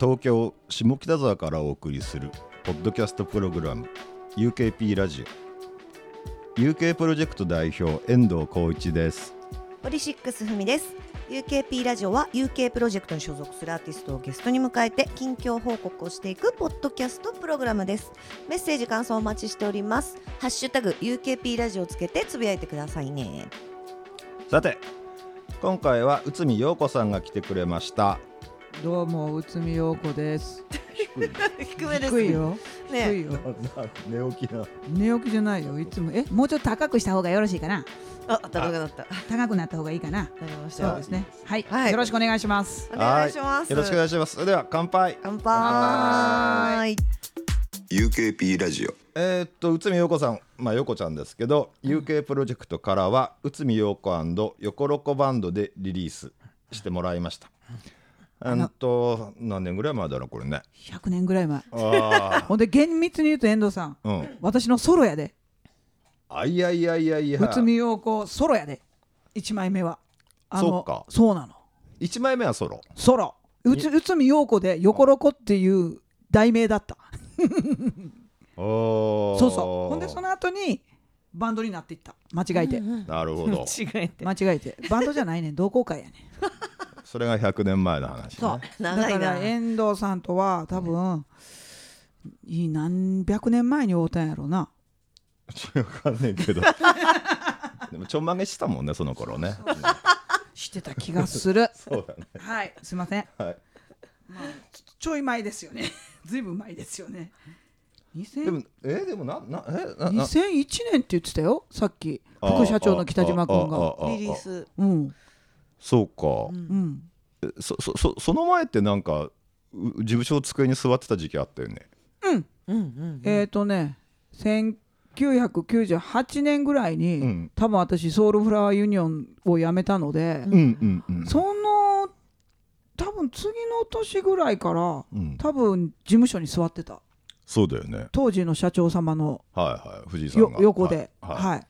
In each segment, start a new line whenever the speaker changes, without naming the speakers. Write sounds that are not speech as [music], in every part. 東京下北沢からお送りするポッドキャストプログラム UKP ラジオ UK プロジェクト代表遠藤浩一です
オリシックスふみです UKP ラジオは UK プロジェクトに所属するアーティストをゲストに迎えて近況報告をしていくポッドキャストプログラムですメッセージ感想をお待ちしておりますハッシュタグ UKP ラジオをつけてつぶやいてくださいね
さて今回は内海陽子さんが来てくれました
どうも、内海洋子です。
低い
[laughs] 低めです
低いよ。
ね
低いよ。
寝起きな
寝起きじゃないよ。いつも、え、もうちょっと高くした方がよろしいかな。
あ、暖かくなった
高くなった方がいいかな。
なりまし
そう
た
ですね。はい、
はい
よろしくお願いします。
お願いします
よろしくお願いしますそれでは乾杯
乾杯
UKP ラジオ
えーっと内海陽子さんまあ陽子ちゃんですけど、UK プロジェクトからは内海陽子横ロコバンドでリリースしてもらいました。うんと何年ぐらい前だろうこれね。
100年ぐらい前。
あ
ほんで、厳密に言うと遠藤さん。
あ、うん。
私のソロやで。
あいやいやいやいや。
内海洋子ソロやで。一枚目は。あ
そっか
の、そうなの。
一枚目はソロ。
ソロ。うつ、内海洋子で、横ロコっていう題名だった。
おー
そうそう。ほんで、その後に。バンドになっていった。間違えて。
なるほど。
違えて
間違えて。バンドじゃないね。同好会やね。
それが100年前の話、ね。
そう。
[laughs] 長いな
だから遠藤さんとは多分、いい何百年前に会うたんやろうな。
わかんないけど。でもちょんまげしたもんねその頃ね。
してた気がする。
[laughs] そうだね。
はい、すいません。
はい。
ちょい前ですよね。 [laughs] ずいぶん前ですよね。
で
2000
もえーでもななえなな。
2001年って言ってたよ、さっき。副社長の北島君
あああ
が。
あああ
リリース
うん。
そうか、
うん。
そそそその前ってなんかう事務所の机に座ってた時期あったよね
うんうん
えっ、ー、とね、1998年ぐらいに、
うん
多分私、ソウルフラワーユニオンを辞めたので、
うんうんうん
その多分次の年ぐらいから
うん
多分事務所に座ってた
そうだよね
当時の社長様の
はいはい藤井さん
よ
が
横で
は
はいい、
は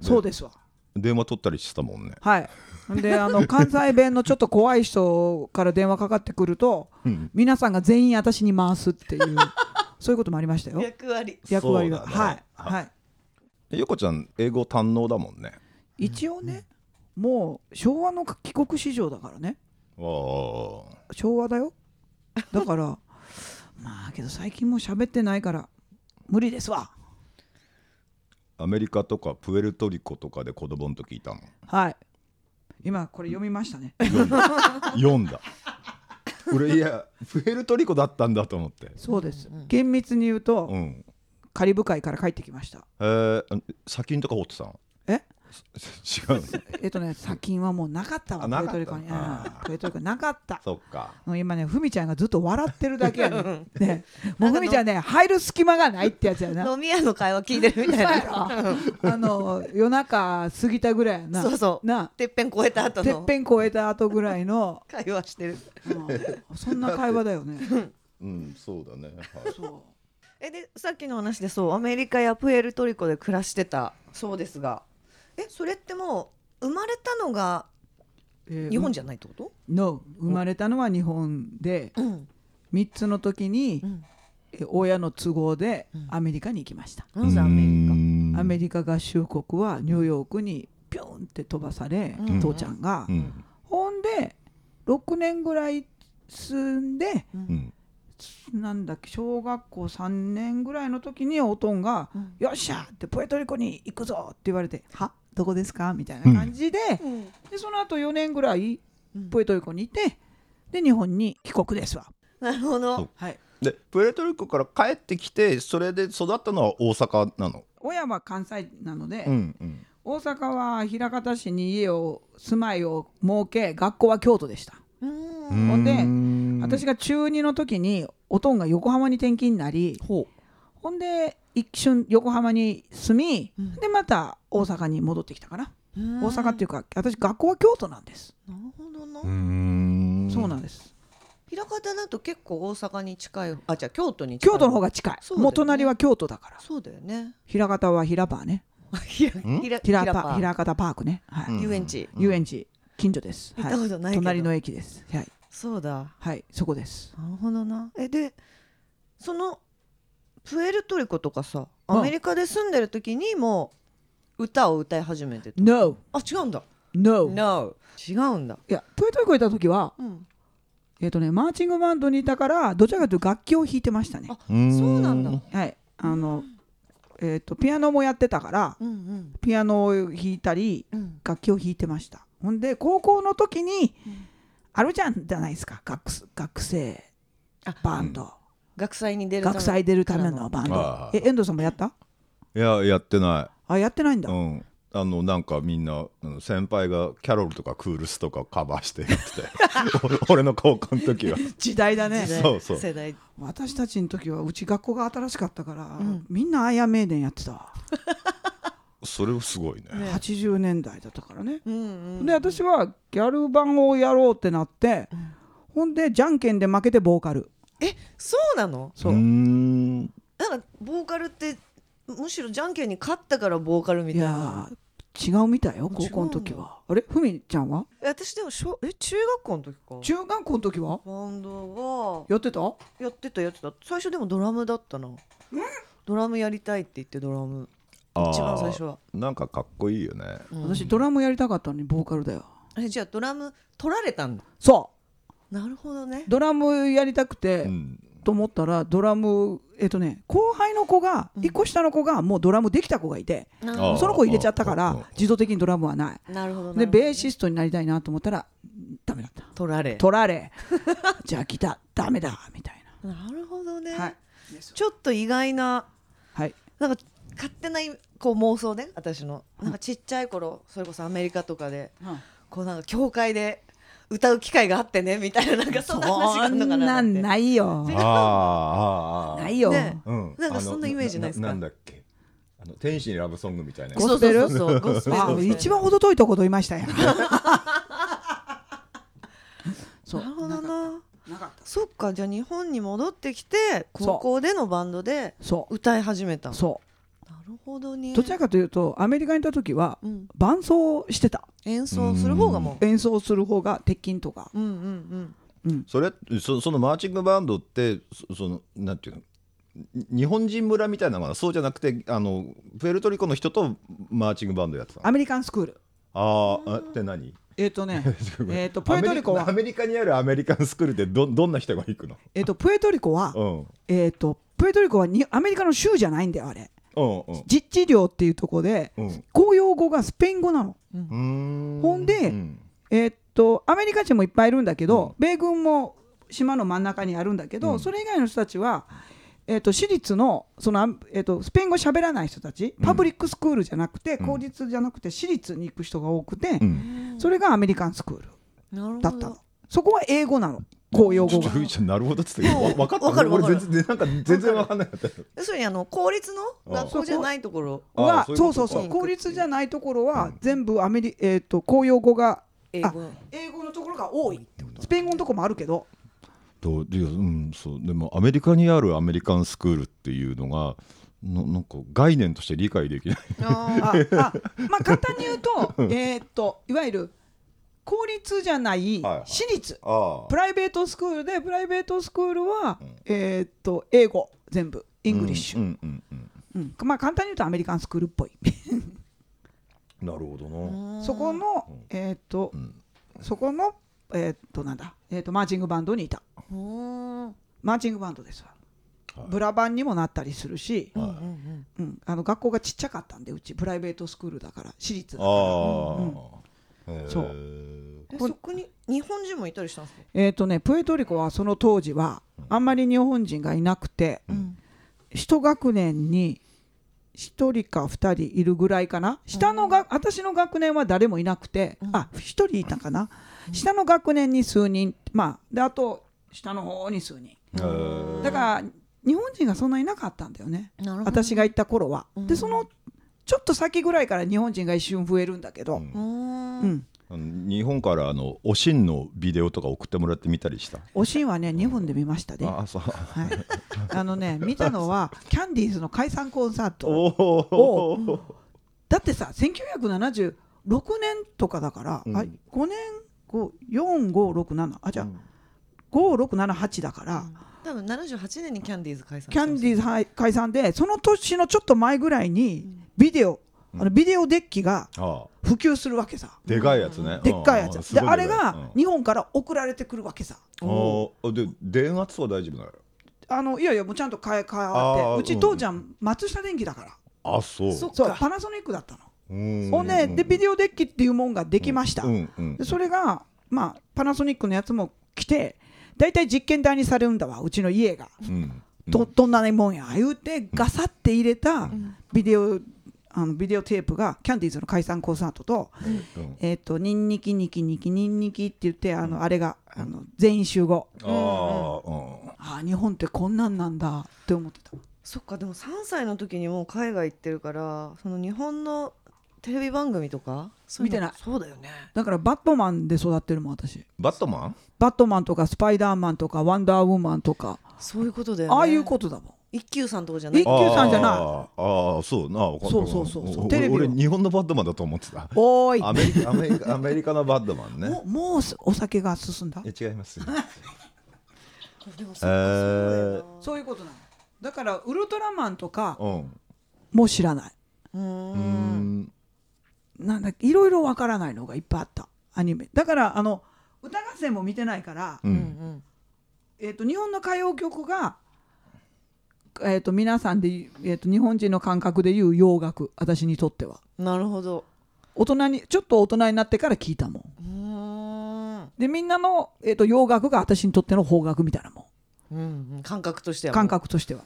そうですわ
い電話取ったりしてたもんね
はいで
[laughs]
あの関西弁のちょっと怖い人から電話かかってくると
うん
皆さんが全員私に回すっていう
[laughs]
そういうこともありましたよ
役割
役割が、
そうだ
は
ね
い、はい、
横ちゃん英語堪能だもんね
一応ねもう昭和の帰国市場だからね
ああ
昭和だよだから [laughs] まあけど最近もう喋ってないから無理ですわ
アメリカとかプエルトリコとかで子供の時いたの
はい今これ読みましたね
読んだ読んだ俺いやプエルトリコだったんだと思って
そうです厳密に言うと、
うん
カリブ海から帰ってきました
えー、あの砂金とか掘ってたの
え
違うの
えっとね砂金はもうなかった
あ
わ
な
プ
か
エ
った
トリコにうん
あー
プエトリコなかった
そっか
もう今ねふみちゃんがずっと笑ってるだけやねねもうふみちゃんね入る隙間がないってやつ
[laughs]
やな
飲み屋の会話聞いてるみたいな
あの夜中過ぎたぐらいや
[laughs]
な
そうそう
な
てっぺん越えた後
てっ
の
ぺん越えた後ぐらいの
会話してる
うんそんな会話だよね。
うんそうだね、はい
そ
えでさっきの話でそうアメリカやプエルトリコで暮らしてたそうですがえそれってもう生まれたのが
う。えー
日本じゃないってこと、
の生まれたのは日本で
うん
3つの時に、
うん
えー親の都合でアメリカに行きました、
まずアメリカ
リ
アメリカ合衆国はニューヨークにピョンって飛ばされ、
うん
父ちゃんが、
うん
ほんで6年ぐらい住んで
うん
なんだっけ小学校3年ぐらいの時におとんが「よっしゃ!」ってプエルトリコに行くぞって言われて「はどこですか?」みたいな感じで、
うん
でその後4年ぐらい
うん
プエルトリコにいてで日本に帰国ですわ。
なるほ
そ
ど
う
はい、
でプエルトリコから帰ってきてそれで育ったのは大阪なの
親は関西なので、
んうん
大阪は枚方市に家を住まいを設け学校は京都でした。
うん
ほんで
ん
私が中2の時におとんが横浜に転勤になりほんで一瞬横浜に住み、
うん
でまた大阪に戻ってきたかな、大阪っ
い
ていうか私学校は京都なんです、
うなるほどな
うん
そうなんんです
平方だと結構大阪に近いあじゃあ京都に近い
京都の方が近い、
そうだよね
もう隣は京都だから
そうだよね [laughs]
平方は平パーね
ひらひら
平
ひら
パ平方パークね、はい
うん
遊園地
遊園地近所です、
行ったことないけど
隣の駅です、はい、
そうだ
はいそこです
なるほどなえでそのプエルトリコとかさ
うん
アメリカで住んでる時にもう歌を歌い始めてた
No
あ違うんだ
No,
No 違うんだ
いやプエルトリコ行った時は
うん
えっ、とねマーチングバンドにいたからどちらかというと楽器を弾いてましたね
あ
ん
そうなんだうん
はいあのえっ、とピアノもやってたから
うん
ピアノを弾いたり
うん
楽器を弾いてましたほんで高校の時に、あるじゃんじゃないですか学す学生
あ
バンド、
学祭に出るため
学祭出るためのバンド
ああ
え遠藤さんもやった
いややってな
あやってないん
い
だ、
うんあのなんかみんなあの先輩がキャロルとかクールスとかカバーしてやってて俺
[laughs]
俺の高校の時は
時代だ
時代
[laughs] そうそう
世代
私たちの時はうち学校が新しかったから、
ん
みんなアイアンメイデンやってたわ、
それはすごいね
ね
80年代だったからね、
うんうんうん
で私はギャル版をやろうってなって、ほんでじゃんけんで負けてボーカル
えそうなの
そう
ーん
なんかボーカルってむしろじゃんけんに勝ったからボーカルみ
い
たいな
やー違うみたいよ高校の時はあれふみちゃんは
私でも小え中学校の時か
中学校の時は
バンド
やってた
がやってたやってた最初でもドラムだったなドラムやりたいって言ってドラム
あー
一番最初は
なんかかっこいいよね
私ドラムやりたかったのにボーカルだよ
えじゃあドラム取られたんだ
そ
なるほどね
うドラムやりたくて、
うん
と思ったらドラムえっとね後輩の子が1個下の子がもうドラムできた子がいて、
あー
その子入れちゃったか
あーあ
ら
ー
自動的にドラムはない
なるほど
でベーシストになりたいなと思ったらダメだった
取られ
取られ [laughs] じゃあギターダメだみたい
なるほどね、
なはい
ちょっと意外な
はい
なんか勝手なこう妄想ね私のなんかちっちゃい頃それこそアメリカとかでこうなんか教会で歌う機会があってねみたいななんかそんな話があるの
そ
か
ん
な
な
なん
ん
て
ないよ
あーあーあー
ないよ、
ね
うん
なんかそんなイメージないですか
あのなんだっけあの天使にラブソングみたいなやつ
ゴスペル
そうそうそうゴスペル
あ一番程遠いとこどい
[laughs]
ましたよそう
なるほど
んか
な
なかった
そっかじゃあ日本に戻ってきて高校でのバンドで
そ
歌い始めた
う
な
そ
るほどね
うどちらかというとアメリカにいた時は
うん、
伴奏してた
演奏する方がも
演奏する方が鉄筋とか
ううんうん
うん
それそそのマーチングバンドってそそのなんていうのに日本人村みたいなのかなそうじゃなくてあのプエルトリコの人とマーチングバンドやってたの
アメリカンスクール
あーあって何
えっ、
[laughs]
とね
ごめん
えっとプエルトリコ
アメ
は
アメリカにあるアメリカンスクールでどどんな人が行くの
えっ、とプエルトリコは、
うん
えっ、とプエルトリコはにアメリカの州じゃないんだよあれ
うんうん
実地領っていうとこで、
うん
公用語がスペイン語なの
うーん
ほんで
うん
えーっとアメリカ人もいっぱいいるんだけど、米軍も島の真ん中にあるんだけど、それ以外の人たちは、えーっと私立のその、あんえーっとスペイン語喋らない人たち、パブリックスクールじゃなくて公立じゃなくて私立に行く人が多くて
う、ん
それがアメリカンスクール
うんなるほど
だったの、そこは英語なの公用
ちょ
語
っと
が
ふ。みちゃんなるほどっつってたけどわかった
わかるわかる
俺全然なんか全然わかんなかった
要するにあの公立の学校じゃないところ
ああ
が
そういう
そ
こと
うそう
か
そう公立じゃないところは全部アメリ、えーっと公用語が
英語
英語のところが多いスペイン語のところもあるけど
どういやうんそうでもアメリカにあるアメリカンスクールっていうのがのなんか概念として理解できない
あ
ああ
[laughs]
まあ簡単に言うとえーっといわゆる公立じゃない
はいはい
私立
あ
プライベートスクールでプライベートスクールは、えーっと英語全部イングリッシュ、
うんうんうん
うんまあ簡単に言うとアメリカンスクールっぽい
うんなるほどな
そこのえーっと、そこのえーっとなんだ、えーっとマーチングバンドにいた
うーん
マーチングバンドですわ、
はい
ブラバンにもなったりするし、
うんうん
うん、あの学校がちっちゃかったんでうちプライベートスクールだから私立だから
ああへえ
そう
うんえそこに日本人もいたりしたんですか
えーとね、プエルトリコはその当時はあんまり日本人がいなくて、一学年に1人か2人いるぐらいかな下のが、私の学年は誰もいなくて、あ一1人いたかな、下の学年に数人、まあ、であと下の方に数人
へえ
だから日本人がそんないなかったんだよね
なるほど
私が行った頃は、でそのちょっと先ぐらいから日本人が一瞬増えるんだけど、
うーん
うん
あの日本からあのおしんのビデオとか送ってもらって見たりした
おしんはね日本で見ましたね。
ああそう [laughs]
はい、あのね見たのはキャンディーズの解散コンサート
お
おだってさ1976年とかだから、あ5年54567あじゃあ、 5678だから、
多分78年にキャンディーズ解散
キャンディー
ズ
ズはい解散でその年のちょっと前ぐらいにビデオ、あのビデオデッキが
ああ
普及するわけさ、
でかいやつね
でっかいや
うんうんうん
つ、
す
で
ごい
あれ
でかい
が
うん
日本から送られてくるわけさ、
ああで電圧は大丈夫なのよ
あのいやいやもうちゃんと買い変
あ
わ
ー
って
う
うち
ん
父ちゃん松下電器だから、
あそう
そ
そうパナソニックだったの、
うん
ほんででビデオデッキっていうもんができました、
うんうん
でそれが、まあ、パナソニックのやつも来て大体実験台にされるんだわうちの家が、
うん
どどんなもんや言うてガサって入れたビデオあのビデオテープがキャンディーズの解散コンサートと
うん
「えっとニンニキニキニキニンニキ」って言ってあのあれがあの全員集合
ああうん
ああ日本ってこんなんなんだって思ってた
そっかでも3歳の時にもう海外行ってるからその日本のテレビ番組とかそううの
見てない
そうだよね
だからバットマンで育ってるもん私
バットマン
バットマンとかスパイダーマンとかワンダーウーマンとか
そういうことだよね
ああいうことだもん
一休さんとかじゃない
一級さんじゃない
ああああそうなわかん
そうそうそうそう
おお
テレビを
俺日本のバットマンだと思ってた
おーい
アメリカアメリカアメリカのバットマンね
もうもうすお酒が進んだ
いや違いますよ
でもそ
え
う
ー
そういうことなのだからウルトラマンとか
うん
もう知らないう
ー
うんん
なんだっけいろいろわからないのがいっぱいあったアニメだからあの歌合戦も見てないから、
う
うんん
えー、と日本の歌謡曲が、えー、と皆さんで言う、えー、と日本人の感覚で言う洋楽私にとっては
うんなるほど
大人にちょっと大人になってから聞いたも
う
ん
ーん
でみんなの、えー、と洋楽が私にとっての邦楽みたいなも
うんうん感覚として
ん
は
感覚としては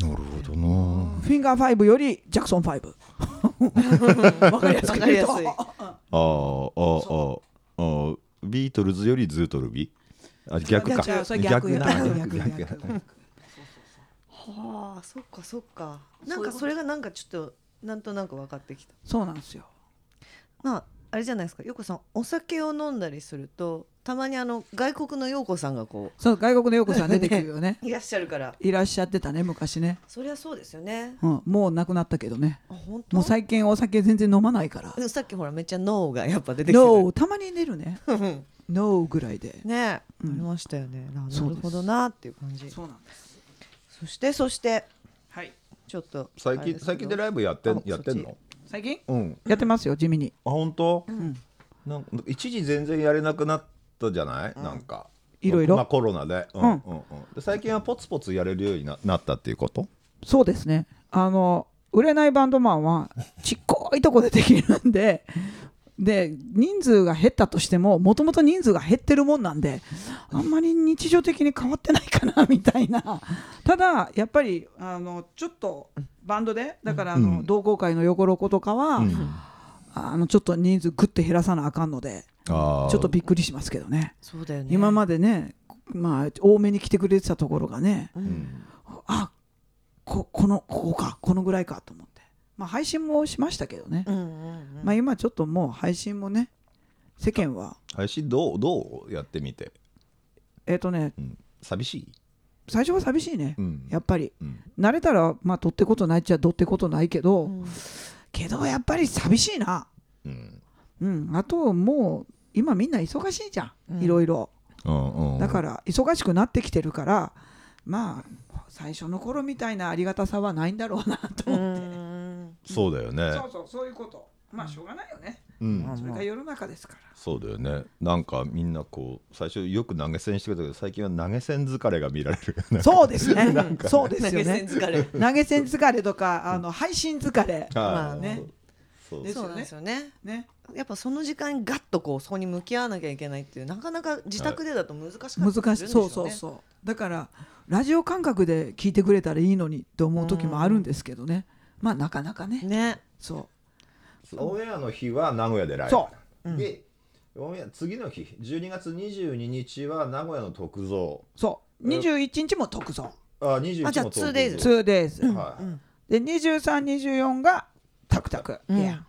なるほどな
フィンガーファイブよりジャクソンファイブわかりやす
わ
く
かり
言う
や
と
すい
ああああああビートルズよりズートルビあ逆か
いや違うそれ逆
や
や
逆
逆
や
逆
逆
逆
はあそっかそっかなんかそれがなんかちょっとなんとなく分かってきた
そうなんですよ
まああれじゃないですか陽子さんお酒を飲んだりするとたまにあの外国の陽子さんがこ
そう外国の洋子さん出てくるよ
[laughs]
ね
ういらっしゃるから
いらっしゃってたね昔ね、
そりゃそうですよね
うん、もう亡くなったけどね
あ本当
もう最近お酒全然飲まないから
さっきほらめっちゃ脳がやっぱ出てきてる
NO たまに出るね
うん
NO ぐらいで
ねあ
うん
りましたよねな
そ
な
うで
る
す
ほどなっていう感じ
うなんです
そしてそして
はい
ちょっと
[laughs] 最
あれすけ
近
ど
最近でライブやってん
あ
やってん
そっ
の
最近
うん
やってますよ地味に
あ本当、なん一時全然やれなくなったじゃない、なんか
いろいろ
まあ、コロナで,、うん
うん
うんうん、で最近はポツポツやれるようにななったっていうこと
そうですねあの売れないバンドマンはちっこいとこでできるんでで人数が減ったとしてももともと人数が減ってるもんなんであんまり日常的に変わってないかなみたいなただやっぱりあのちょっとバンドでだからあの、同好会の横ロコとかは、あのちょっと人数ぐって減らさなあかんので
あ
ちょっとびっくりしますけどね
そうだよね
今までね、まあ、多めに来てくれてたところがね、
ん
あここのここかこのぐらいかと思って、まあ、配信もしましたけどね、
うんうんうん
まあ、今ちょっともう配信もね世間は
配信どうどうやってみて、
えっ、とね
うん、寂しい、
最初は寂しいね、
うん
やっぱり
うん
慣れたらまあどってことないっちゃどってことないけど、
うん
けどやっぱり寂しいな
うん
うんあともう今みんな忙しいじゃ
うん
んいろいろ。
うんうん、
だから忙しくなってきてるからまあ最初の頃みたいなありがたさはないんだろうなと
う
思って、
ん
そうだよね
そうそうそういうことまあしょうがないよね、
うん
うん
それが世の中ですから
そうだよねなんかみんなこう最初よく投げ銭してくれたけど最近は投げ銭疲れが見られるよね
そうですね [laughs] そうで
投
す
げ
よ
銭
ね
疲れ
投げ銭疲れとかあの配信疲れ
まあ
ね
そう
ですよ
そ
ね
うなんですよね
ね
やっぱその時間にガッとこうそこに向き合わなきゃいけないっていうなかなか自宅でだと難しかったりするん
難
で
し
し
い
ょうね
そうそうそうだからラジオ感覚で聞いてくれたらいいのにと思う時もあるんですけどねまあなかなかね
ね
そ
オンエアの日は名古屋でライブ
そ
でオンエア次の日12月22日は名古屋の徳造
うそう21日も特造
あ21日も
あじゃあ
徳造
2days
はい
2days、で2324がタクタク、
ん
いや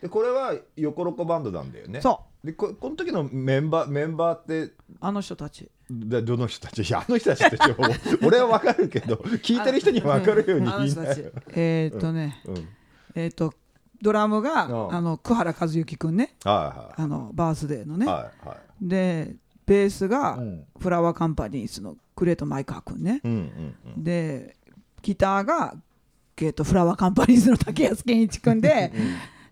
でこれは横ロコバンドなんだよね
そう
でここの時のメンバーメンバーって
あの人たち
でどの人たち [laughs] いやあの人たちって情報俺は分かるけど聞いてる人には分かるように
あの
言い
人
な
たち
よ、
えーっとね、
うん、はい
えーっとドラムが
うん
あの久原和幸くんね
は
あのバースデーの
い
ね
はいはい
でベースが
うん
フラワーカンパニーズのクレート・マイカー君ね、
うんうんうん
でギターが、えー、とフラワーカンパニーズの竹安健一君で、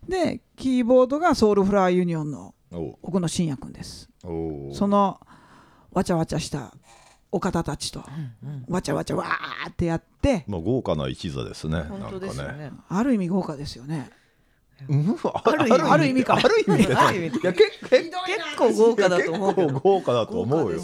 でキーボードがソウルフラワーユニオンの
お
奥野信也君です
うおう
そのわちゃわちゃしたお方たちとわちゃわちゃわーってやって
まあ豪華な一座ですね
本当ですよね。
ある意味豪華ですよね
なんかねある
[laughs] ある意味か
ある意味で
あ
[laughs]
る意味
いや結結
結構豪華だと思うけ
結構
ど。
豪華だと思うよ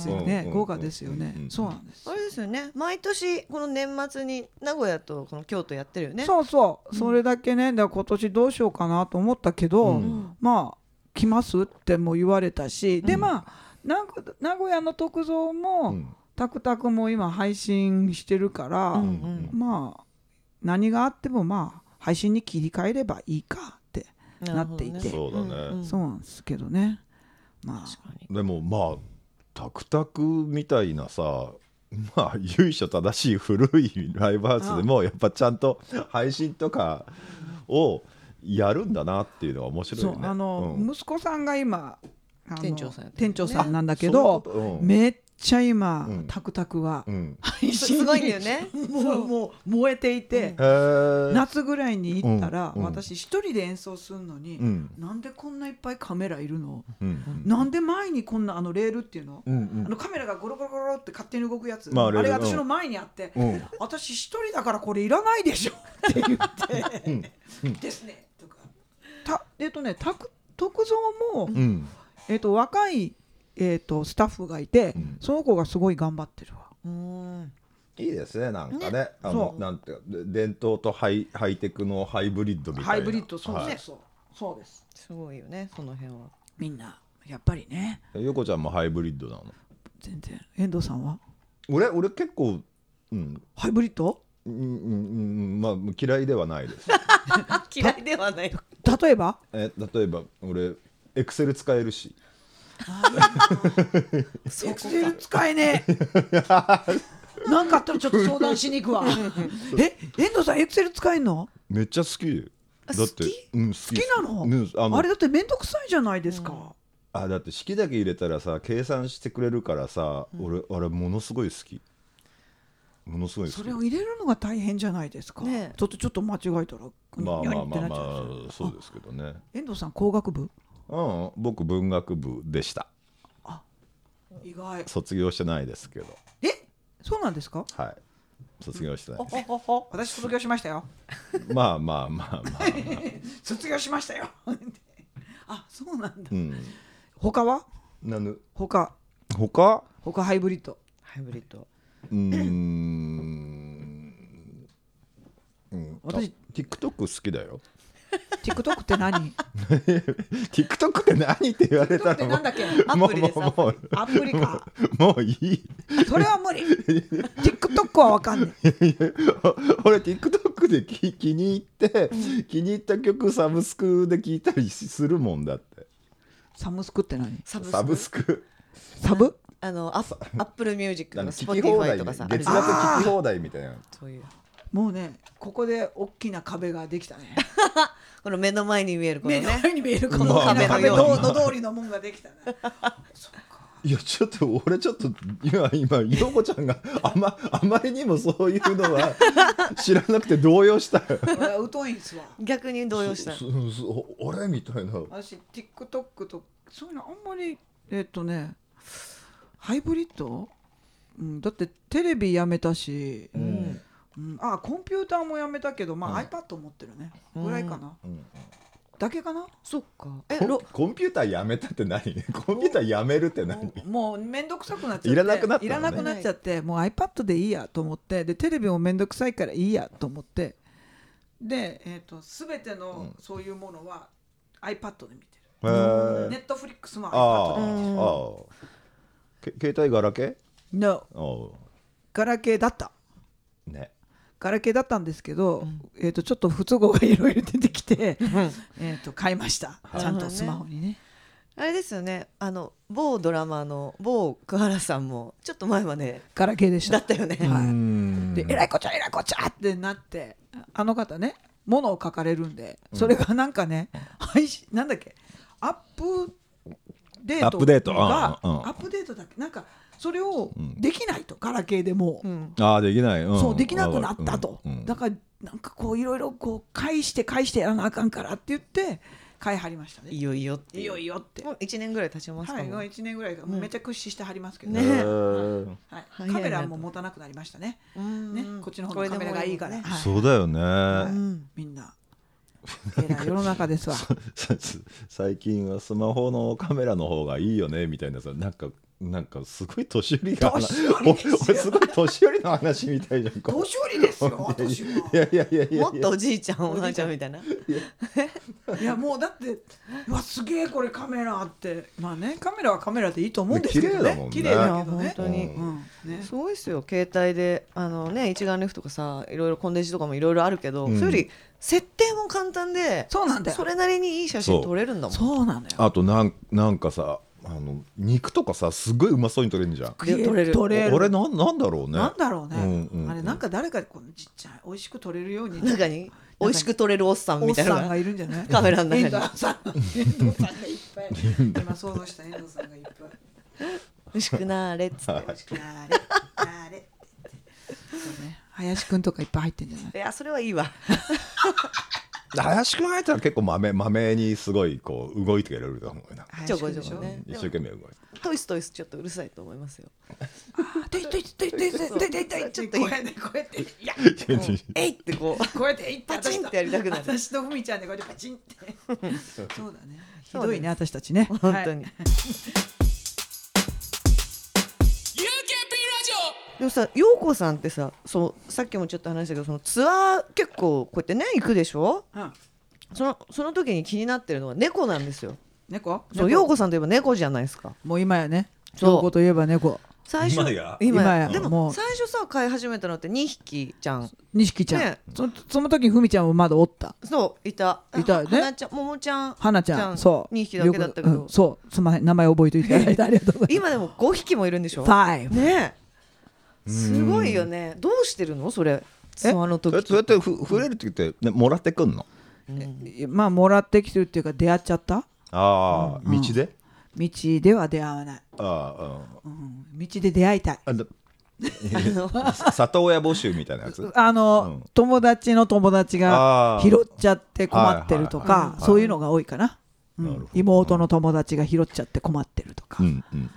豪華ですよ
うんうんう
ね
ん
豪華ですよね
うんうん
そうなんです
あれですよね。
毎年この年末に名古屋とこの京都やってるよね。
そうそうそれだけねだから今年どうしようかなと思ったけど、
うん
まあ来ますっても言われたし、でまあなんか名古屋の徳蔵も、
うん
タクタクも今配信してるから、
うん
まあ何があってもまあ配信に切り替えればいいかって、
うん
なっていて
なる
そ
ほ
うだ
ど
ね
ねうんうん
そうなんですけどねまあ
確かに
でもまあタクタクみたいなさまあ由緒正しい古いライブハウスでもやっぱちゃんと配信とかをやるんだなっていうのは面白い
そ
よ
う
ね。
あの、
うん
息子さんが今あの
店長さんやってる
店長さんなんだ
そう
け
いう
ど、
ことうん
めっちゃ今、
うん
タクタクは
うん
配
[laughs] す
信
ごいんだよ
[laughs]
ね。
もうもう燃えていて、
へー
夏ぐらいに行ったら、
うんうん
私一人で演奏するのに、
うん
なんでこんないっぱいカメラいるの、
うん
なんで前にこんなあのレールっていうの、
うん
あのカメラがゴロゴロゴロって勝手に動くやつ、
まあ
あ
あ
れ
れ
が私の前にあって、
うんうん
私一人だからこれいらないでしょって言ってですねとかたえっとねたく徳蔵も、
うん
えっと若いえっとスタッフがいて、
うん
その子がすごい頑張ってるわ
うん
いいですねなんかねあ
そ
の
う
なんていうかで伝統とハイハイテクのハイブリッドみたいな
ハイブリッドそう
は
そう
い
そう、そうです
すごいよねその辺は。
みんなやっぱりね
横ちゃんもハイブリッドなの
全然遠藤さんは
俺俺結構うん
ハイブリッド
うんうんうんまあ嫌いではない
[laughs]
です
あ嫌いではない。
例えば
え例えば俺エクセル使えるし
エクセル使えね
[laughs]
えなんかあったらちょっと相談しに行く
[laughs]
わえ遠藤さんエクセル使えんの
めっちゃ好きだって
好き
うん、好
好きなの,、
うん
あ
あの
れだって面倒くさいじゃないですか、
あだって式だけ入れたらさ計算してくれるからさ、俺あれものすごい好きものすごい好き
それを入れるのが大変じゃないですか、
ねえ
ちょっとちょっと間違えた
ま
ら
あまあまあま
う
あそうですけどね
遠藤さん工学部
うん僕文学部でした
意外
卒業してないですけど
えそうなんですか
はい卒業してないです
私卒業しましたよ
まあまあまあまあ、
卒業し
[laughs]
ましたよあそうなんだ
うん、
他は
なぬ
他
他
他ハイブリッド
ハイブリッド。
うーんうん、私
私
TikTok 好きだよ
TikTok って何
TikTok って何って言われた
TikTok って
ら
なんだっけ
も
ア
う
プリです
もうも
アプリか
うもういい
それは無理 TikTok はわかんない
俺 TikTok でき気に入って、気に入った曲サブスクで聴いたりするもんだって
サムスクって何
サブスク
サブスク
サブ
あのアッアップルミュージック
なん
の
か
ス
聴
ポ
き
ティ
放
ファ
題み
イと
たい
かさ
な
あ
月
るじゃん
額聴き放題みたいな
そういう
もうねここで大きな壁ができたね
この目の前に見えるこの
目の
ね
前に見えるこの
まあ
壁
まあ
のの通りのもんができたね
いやちょっと俺ちょっと今今陽子ちゃんがあまあまりにもそういうの
[laughs]
は知らなくて動揺したよ
俺は疎いんすわ
逆に動揺した。
そそそ俺みたいな
私 TikTok とそういうのあんまりえっとねハイブリッド、うん、だってテレビやめたし、
うん
うんあコンピューターもやめたけどまあ、iPad 持ってるねぐらいかな、
ん
だけかな
そっか。え
コン
ロ
コンピューターやめたって何コンピューターやめるって何
もう面倒くさくなっちゃって
いらなくなったのね
いらなくなっちゃってもう iPad でいいやと思ってでテレビも面倒くさいからいいやと思ってで、えー、と全てのそういうものは iPad で見て
へ
る、
ー
Netflix も
あ
iPad
あ
で見てる
ああけ携帯ガラケ
No
ーあ
ガラケーだった
あね
ガラケーだったんですけど、えー、とちょっと不都合がいろいろ出てきてえーと買いましたちゃんとスマホにね
あれですよね。あの某ドラマの某久原さんもちょっと前まで
ガラケーでし
だ
た
ったよね。
はいう
ーん
で「えらいこっちゃえらいこっちゃ!」ってなってあの方ねものを書かれるんでそれがなんかね、配信なんだっけアップデー
アッ
ト
プデート
が
うんうんうん
アップデートだっけなんかそれを
うん
できないとガラケーでもう
うん
ああできない、ん
そうできなくなったと、
うんうん
だからなんかこういろいろこう返して返してやらなあかんからって言って買いはりましたね
いよいよって
いいよいいよって
もう一年ぐらい経ちますか
はい
も、
もう1年ぐらいから
うん
めっちゃ屈指してはりますけど、
ね
へー
はい、
早いな
カメラも持たなくなりましたね
うん
ねこっちの方のカメラがいいから
これでも
はい
そうだよね、
いいねうん
み
[laughs]
んなえらい世の中 [laughs] ですわ
最近はスマホのカメラの方がいいよねみたいなさなんかなんかすごい年寄りが
年寄りですよ
お俺すごい年寄りの話みたいじゃんこれ
年寄りです
[laughs]
よ私はい
やいやいやいや
もっとおじいちゃんおばあちゃんみたいない
やもうだってうわすげえこれカメラってまあねカメラはカメラでいいと思うんですけどね
綺麗
綺麗
だ
だ,、
も
けどね
本当に、
う
うんね
すごいですよ携帯であのね一眼レフとかさいろいろコンデジとかもいろいろあるけど、
うん
それより設定も簡単で
そうなんだよ
それなりにいい写
そ
真
う
撮れるんだもん
そうなのよ
あとなんなんかさあの肉とかさすごいうまそうに取れるじゃん
で撮れる
取れる
俺なんなんだろうね
なんだろうね、
うんうんうん
あれなんか誰かこのちっちゃい美味しく取れるように
中に美味しく撮れるおっさん
おっ
みたいな
さ
のが
んがいるんじゃない
カメラの中に
遠藤さん遠藤さんがいっぱい今想像した遠藤さんがいっぱい
美味しくなーれっつ
[laughs]
って
美味しくなれなれって言ってそうね林くんとかいっぱい入ってんじゃない
いやそれはいいわ
林くん入ったら結構まめまめにすごいこう動いてくれると思うよな
ちょこちょこね
一生懸命動いて
トイストイスちょっとうるさいと思いますよ
[laughs] あといといといといといといといといちょっとこうやってこうやっていや
えいってこう
こうやっていって
パチンってやりたくなる
私とふみちゃんでこうやってパチンってそうだねひ
そう
ど
で
い
す
ね私たちね
本当に、でもさ陽子さんってさそうさっきもちょっと話したけどそのツアー結構こうやってね行くでしょ
はいうん
そのその時に気になってるのは猫なんですよ
猫
そう陽子さんといえば猫じゃないですか
もう今やね
そう
陽子といえば猫
最初
今や
今や
で
も
も
う
最初さ飼い始めたのって2匹じゃん
錦ちゃん、
ね
そその時にふみちゃんもまだおった
そういた
いたよね
花ちゃんももちゃん
花ちゃんそう
2匹だけだったけど、
よくうんそうすみません名前覚えていていただいてありがと
[laughs]
うござい
今でも5匹もいるんでしょ
ます5
ねえすごいよねどうしてるのそれその
そうや
時
ってそうやってふ触れる時って、ね、もらってくんの
まあもらってきてるっていうか出会っちゃった
ああ、道で
道では出会わない、
ああ
うん、道で出会いたい
あだ里親募集みたいなやつ
あの、
うん
友達の友達が
あー
拾っちゃって困ってると
はいはい
か
はい
そういうのが多いかな、う
なるほ
ん
ど、
妹の友達が拾っちゃって困ってるとか、
うんうん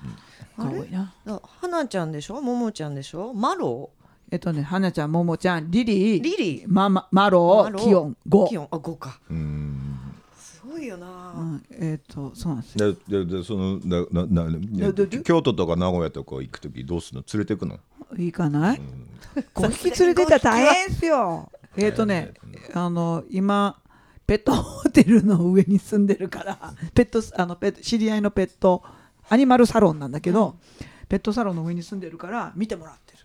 が多いな
だ花ちゃんでしょももちゃんでしょマロ
えっとね花ちゃんももちゃんリリー
リリー
マママロ
マロ
キヨンゴ
キヨンあ5か
うんうん
すごいよな、
うん、えっ、とそうなんですよ
でででそのななな
どど
京都とか名古屋とか行く時どうするの連れてくの
いいかない、五匹連れてったら大変ですよ。えっとね、あの今ペットホテルの上に住んでるから、ペットあのペット知り合いのペットアニマルサロンなんだけど、ペットサロンの上に住んでるから見てもらってる。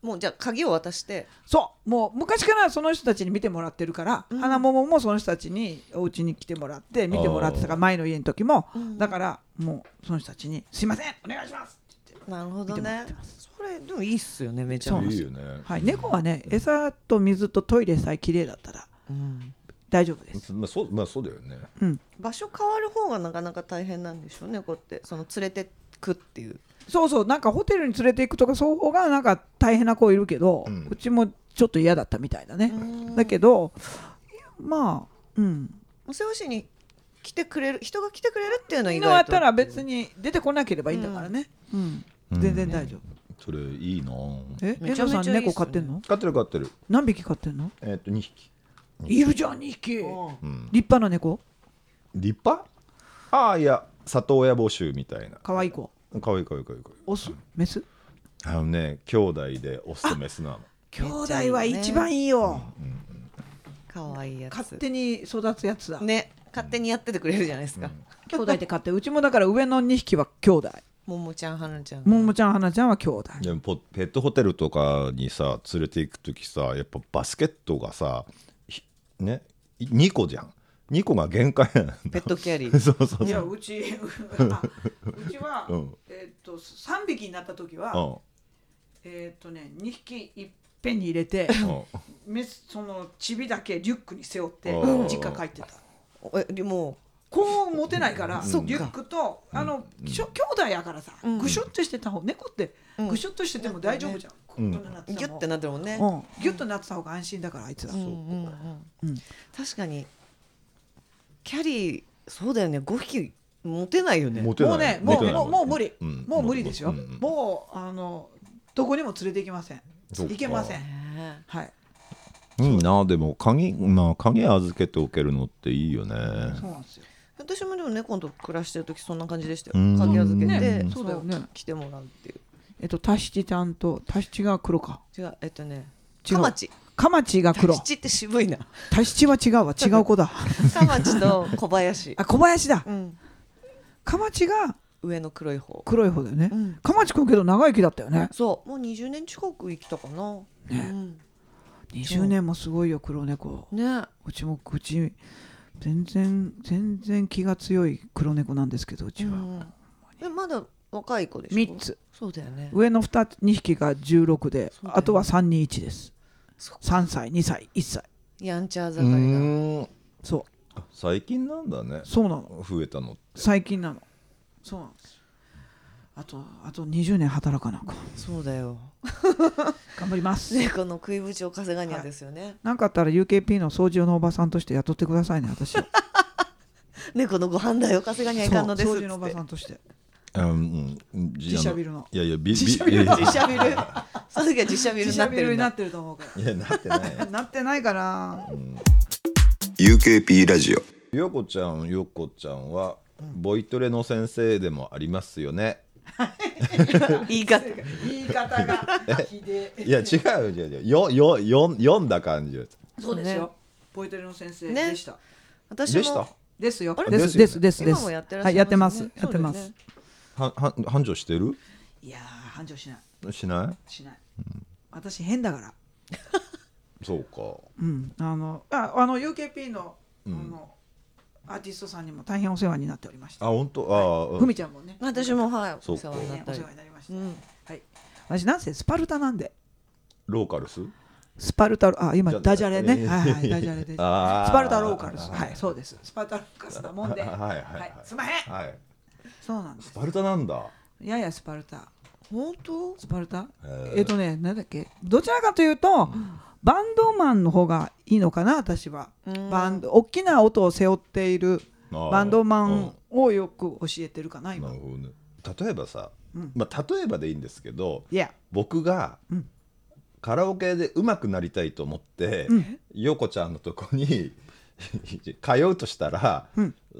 もうじゃあ鍵を渡して
そう、もう昔からその人たちに見てもらってるから、花桃もその人たちにお家に来てもらって見てもらってたから前の家の時も、だからもうその人たちにすいませんお願いしますって言って。
なるほど
見てもら
ね
ってま
それでもいいっすよねめちゃ
そう
め
なん
ち
で
い
す
い
よ
よね、
はい、猫はね餌と水とトイレさえ綺麗だったら
ゃ、うん
大丈夫です。
まあ、そうまあそうだよね
場所変わる方がなかなか大変なんでしょうねこうやってその連れてくっていう
そうそうなんかホテルに連れて行くとかそう方がなんか大変な子いるけど、う
うん
ちもちょっと嫌だったみたいだね、だけどまあうん
お世話しに来てくれる人が来てくれるっていうのは意
犬はや
外
っ
と
たら別に出てこなければいいんだからね、うん全然大丈夫、
それいいな
え
め
遠
ちゃめち
藤
ゃい
さ
いっ
ん
すね
猫飼ってんの
飼ってる飼ってる
何匹飼ってんの
えっ、と2匹、
いるじゃん2匹、
うん、
立派な猫
立派ああいや里親募集みたいな
可愛い子
かわいいかわいいかわいいかわいい
オスメス
あのね兄弟でオスとメスなの
兄弟
いいよ
は
ね
一番いいよ
可愛いやつ
勝手に育つやつだ、
ね勝手にやっててくれるじゃないですか、
兄弟で飼ってうちもだから上の2匹は兄弟
ももちゃんはなちゃん
ももちゃんはなちゃんは兄弟
でもポペットホテルとかにさ連れて行く時さやっぱバスケットがさひね2個じゃん2個が限界なの
ペットキャリー
[laughs] そうそうそう
いやうちあうちは、
うん
えーっと3匹になった時は、
う
えーっとね2匹いっぺんに入れて
んうん
メスそのチビだけリュックに背負って
うん
実家帰ってた
えでも
こう持てないから、
そっか
リュックとあの、しょ兄弟やからさ、ぐしょってしてた方猫って
うん
ぐしょっとしてても大丈夫じゃん、
うん
こんななって
ギ
た
ュッ
も
てなってるもんね、
うんギュッとなってた方が安心だからあいつら、
うんうんうん
うん
確かにキャリーそうだよね5匹持てないよね
モテ
も
な
うね
い
も
モ
う
テない
もうもう無理、
うん
もう無理でしょ、
うんうん
もうあのどこにも連れて行けません
そうか
行けません
ね
はい
いいなでも鍵まあ鍵預けておけるのっていいよね
そうなんですよ
私もでも猫と暮らしてる時そんな感じでした
う
よ
ん
鍵預けて、
ね
そうだよね
来てもらうってい
えっとタシチちゃんとタシチが黒か
う違うえっとね
違う
カマチ
カマチが黒
タシチって渋い
[laughs]
な
タシチは違うわ違う子だ
カマチと小林
あ小林だ
うん
カマチが
上の黒い方
黒い方だよね、
うん
カマチくんけど長生きだったよね
そうもう20年近く生きたかな、うん、
20年もすごいよ黒猫
ね
うちもうち全然全然気が強い黒猫なんですけどうちは、
うんえまだ若い子でしょ
3つ
そうだよね
上の 2, 二匹が16で
そうだよね
あとは321です
そっ
3歳2歳1歳
ヤンチャー
う
盛りだ
ん
そ
最近なんだね
うそうなの
増えたの
最近なのそうなんですあとあと20年働かなあかん
そうだよ
頑張ります
猫の食いぶちを稼がにゃですよね、
なんかあったら UKP の掃除用のおばさんとして雇ってくださいね
[laughs]
私を
猫のご飯代を稼がにゃいかんのです
そう
っつ
掃
って
除のおばさん
[laughs]
として
うんうんじ
自社ビルの
いやいやビ
自社ビル
いや
の
い
自社ビルその時は自社ビル
自
にな
社
っ
ビ
て
ル
る
に
ん
な
だ
ってると思うか
やいやなってない
らなってないから、
UKP ラジオ
よこちゃんよこちゃんはボイトレの先生でもありますよね
言い方
言い
[laughs]
方がひでえ
いや違う違う違うよよよ読んだ感じです
そうです
ね
よポイトレの先生
ね
でした、
私
でした
も
ですよ
あれ
ですで
です
す
よね
ですで
今
す
もやってらっし
は
ゃ
い
い
やってま
ますす
や
よね
ってます、
そう
はは繁盛してる
いやー繁盛しない
しな
しない、私変だから
いそうか
うんあのああの UKP の,、あのアーティストさんにも大変お世話になっておりました
あ本当あー、うん
ふみちゃんもね
私もはい
そう
お
か
世話にな
ね
っ
お
たり
世話になりました、
うん
はい私なんせスパルタなんで
ローカルス
スパルタあ今
じゃ
ダジャレ
え
ね
ー
はいはいダジャレでス
あー
パルタローカルス
あー
はいそうですスパルタローカルスなもんで
はいはいはい
すんまへん
はい
そうなんで
ス
す
パルタなんだ
ややスパルタ
本当
スパルタ
へー
えっとねなんだっけどちらかというと、バンドマンの方がいいのかな私は、バンド大きな音を背負っている
あー
バンドマ
うん
ンをよく教えてるかな
な
今
るほどね例えばさ、まあ例えばでいいんですけど
いや
僕が、カラオケで上手くなりたいと思って、ヨコちゃんのとこに [laughs] 通うとしたら、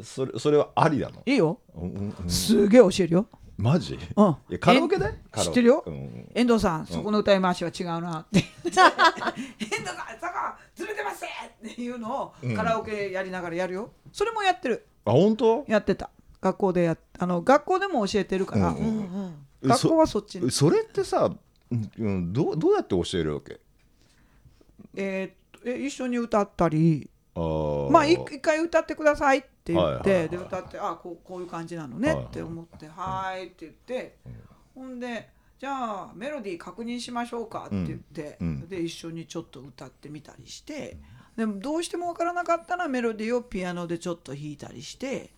それそれはありなの、
いいよ
うんうんうん
すげえ教えるよ、
マジ、い
うん、
やカラオケで
え
カラオケ
知ってるよ、
うんうん
遠藤さんそこの歌い回しは違うなって [laughs] 遠藤さんそこずれてますっていうのをカラオケやりながらやるよ、それもやってる
あ本当
やってた学校でやっあの学校でも教えてるから、
うん
学校はそっちに
そそれってさ、うんうん、どうどうやって教えるわけ
えーっとえ一緒に歌ったり
あー
まあい一回歌ってくださいって言って、
はいはいはい
で歌ってあこうこういう感じなのねって思って「はーい」って言って、ほんで「じゃあメロディー確認しましょうか」って言って、
うんうん
で一緒にちょっと歌ってみたりして、でもどうしてもわからなかったらメロディーをピアノでちょっと弾いたりして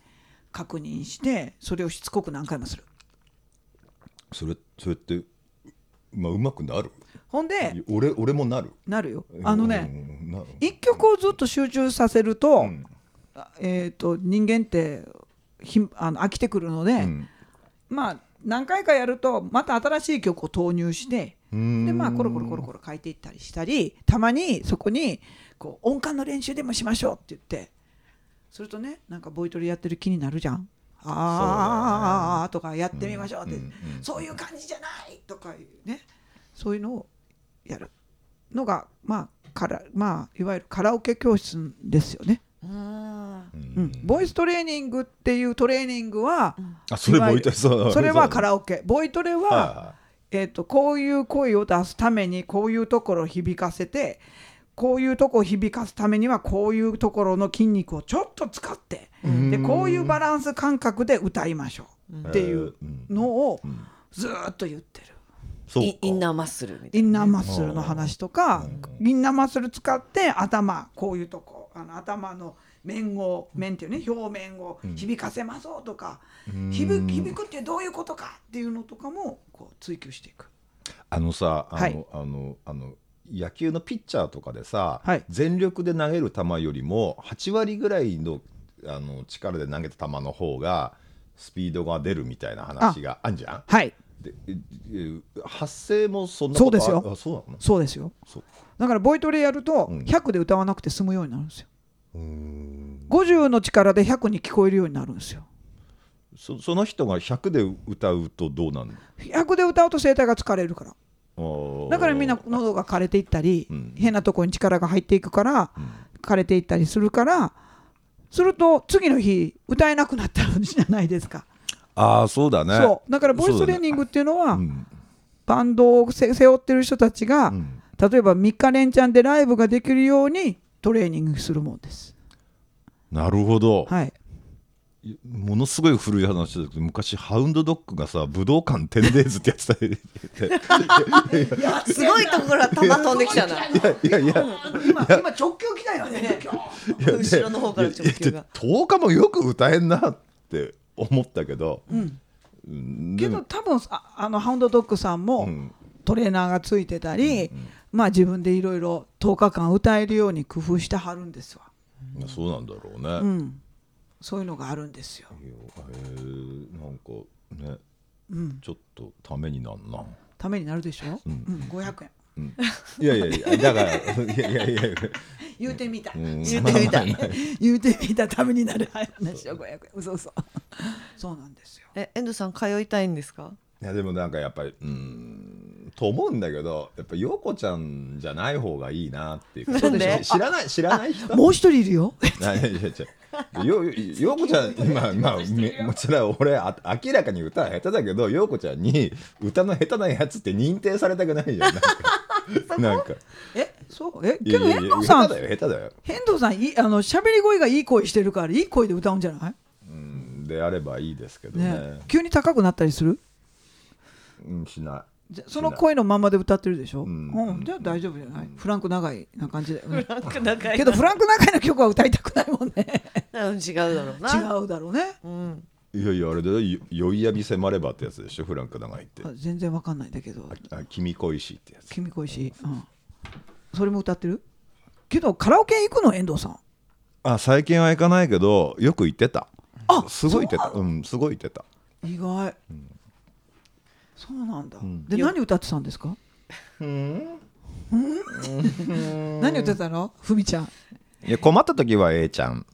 確認してそれをしつこく何回もする。
それそれって、まあ、上手くなる
ほんで
俺俺もなる
なるよあのね、
うんなる
一曲をずっと集中させると、
ん
あえー、と人間ってひんあの飽きてくるので、
ん
まあ何回かやるとまた新しい曲を投入して
うーん
でまあコロコロコロコロ変えていったりしたりたまにそこにこう音感の練習でもしましょうって言ってするとねなんかボイトレやってる気になるじゃん。あーとかやってみましょうって、
うんうんうん
そういう感じじゃないとかいうねそういうのをやるのがまあからまあいわゆるカラオケ教室ですよね、
うん
うん、ボイストレーニングっていうトレーニングは、
あそれ
いわゆ
ボ
る
イトレそう
それは
そ
カ
う
ラオケボイトレは、
は
えー、とこういう声を出すためにこういうところを響かせてこういうとこを響かすためにはこういうところの筋肉をちょっと使ってでこういうバランス感覚で歌いましょうっていうのをずーっと言ってる。
そう
インイン
か
ナーマッスルみたい
インナーマッスルの話とかインナーマッスル使って頭こういうとこあの頭の面を面っていうね表面を響かせまそうとか、
うん
響く響くってどういうことかっていうのとかもこう追求していく。
あのさあの、
はい
あのあの野球のピッチャーとかでさ、
はい
全力で投げる球よりも8割ぐらいのあの力で投げた球の方がスピードが出るみたいな話があんじゃん
はい
でええ発声もそんなことあ
そうですよ
あそうなの
そうですよ
そう
だからボイトレやると
うん
100で歌わなくて済むようになるんですよ
うーん
50の力で100に聞こえるようになるんですよ
そその人が100で歌うとどうなる
100で歌うと声帯が疲れるから
の
だからみんな
の
喉が枯れていったり、
うん
変なとこに力が入っていくから、枯れていったりするからすると次の日歌えなくなったんじゃないですか、
ああそうだね
そうだからボイストレーニン
グ
グっていうのはバンドをせ背負ってる人たちが、
ん
例えば3日連チャンでライブができるようにトレーニングするもんです。
なるほど、
はい、
ものすごい古い話だけど昔ハウンドドッグがさ武道館テンデーズってやってたい
すごいところから弾飛んでき [laughs] たな。
や [laughs] いやいや
今今直球来たよね
後ろの方から直球が。
10日もよく歌えんなって思ったけど、うん
け
で
ど
も
多分ああのハウンドドッグさんも、
うん
トレーナーがついてたり、まあ自分でいろいろ10日間歌えるように工夫してはるんですわ、
まあそうなんだろうね、
うん、そういうのがあるんですよ
いやへえなんかね、ちょっとためになん
[laughs]
な
ためになるでしょ、うん500円
いやいやいやだからいやいやいやいや
言うてみた、
うん
[laughs] 言うてみた、言うてみたためになる話よ500円嘘嘘そうなんですよ
え、遠藤さん通いたいんですか。
いやでもなんかやっぱりうーんと思うんだけどやっぱ陽子ちゃんじゃない方がいいなっていうか
なんで
し知らない知らない人
もう一人いるよ
ないやいやいやよ陽子ちゃんまあまあめもちろん俺あ明らかに歌は下手だけど陽子ちゃんに歌の下手なやつって認定されたくないじ
[laughs]
ゃんなんかなんか
えそうえ
い
け
やいや
ど遠
いや
藤
下
さん
手だよ下手だよ
遠藤さんいいあの喋り声がいい声してるからいい声で歌うんじゃない
うんであればいいですけどね
ね急に高くなったりする
うんしない
じゃその声のままで歌ってるでしょ、うんんじゃあ大丈夫じゃない、フランク長いな感じだよ [laughs] ね
なんか仲い
けどフランク長いの曲は歌いたくないもんね [laughs]
うん違うだろうな。
違うだろうね
うん。
いやいやあれだよよ酔いやび迫ればってやつでしょフランク長いって
あ全然わかんないんだけど
あ君恋しいってやつ
君恋しい、うん、それも歌ってるけどカラオケ行くの遠藤さん
あ最近は行かないけどよく行ってた
あ
すごい行ってたうんすごい行ってた
意外、そうなんだ、
ん
で何歌ってたんですかうん [laughs] 何歌ってたのふみちゃん
いや困った時は A ちゃん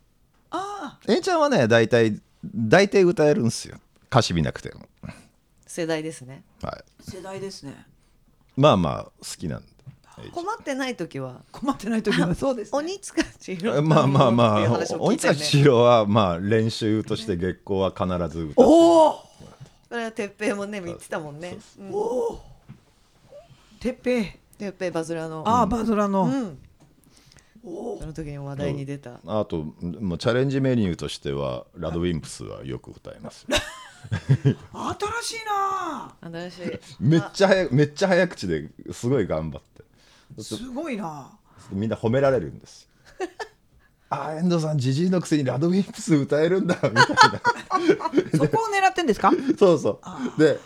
あ
A ちゃんはね大体大体歌えるんすよ歌詞見なくても、
世代ですね。
はい、
世代ですね
まあまあ好きなんで
[laughs]
A ちゃん
困ってない時は。
困ってない時はそうです、ね、
鬼塚千尋。
まあまあまあ
鬼
鬼
塚
塚
千
千
尋。
尋はまあ練習として月光は必ず歌う
おお
それは鉄平もね、言ってたもんね。うん
てっぺい
鉄平バズラの。
ああバズラの、
うん。その時に話題に出た。
あともうチャレンジメニューとしてはラドウィンプスはよく歌いますよ
新しいな
新しい。
めっちゃ早めっちゃ早口ですごい頑張って
あすごいな
みんな褒められるんです
[laughs]
よあー遠藤さんじじいのくせにラドウィンプス歌えるんだみたいな
あそこを狙って
[laughs]
んですか
[laughs] そうそうで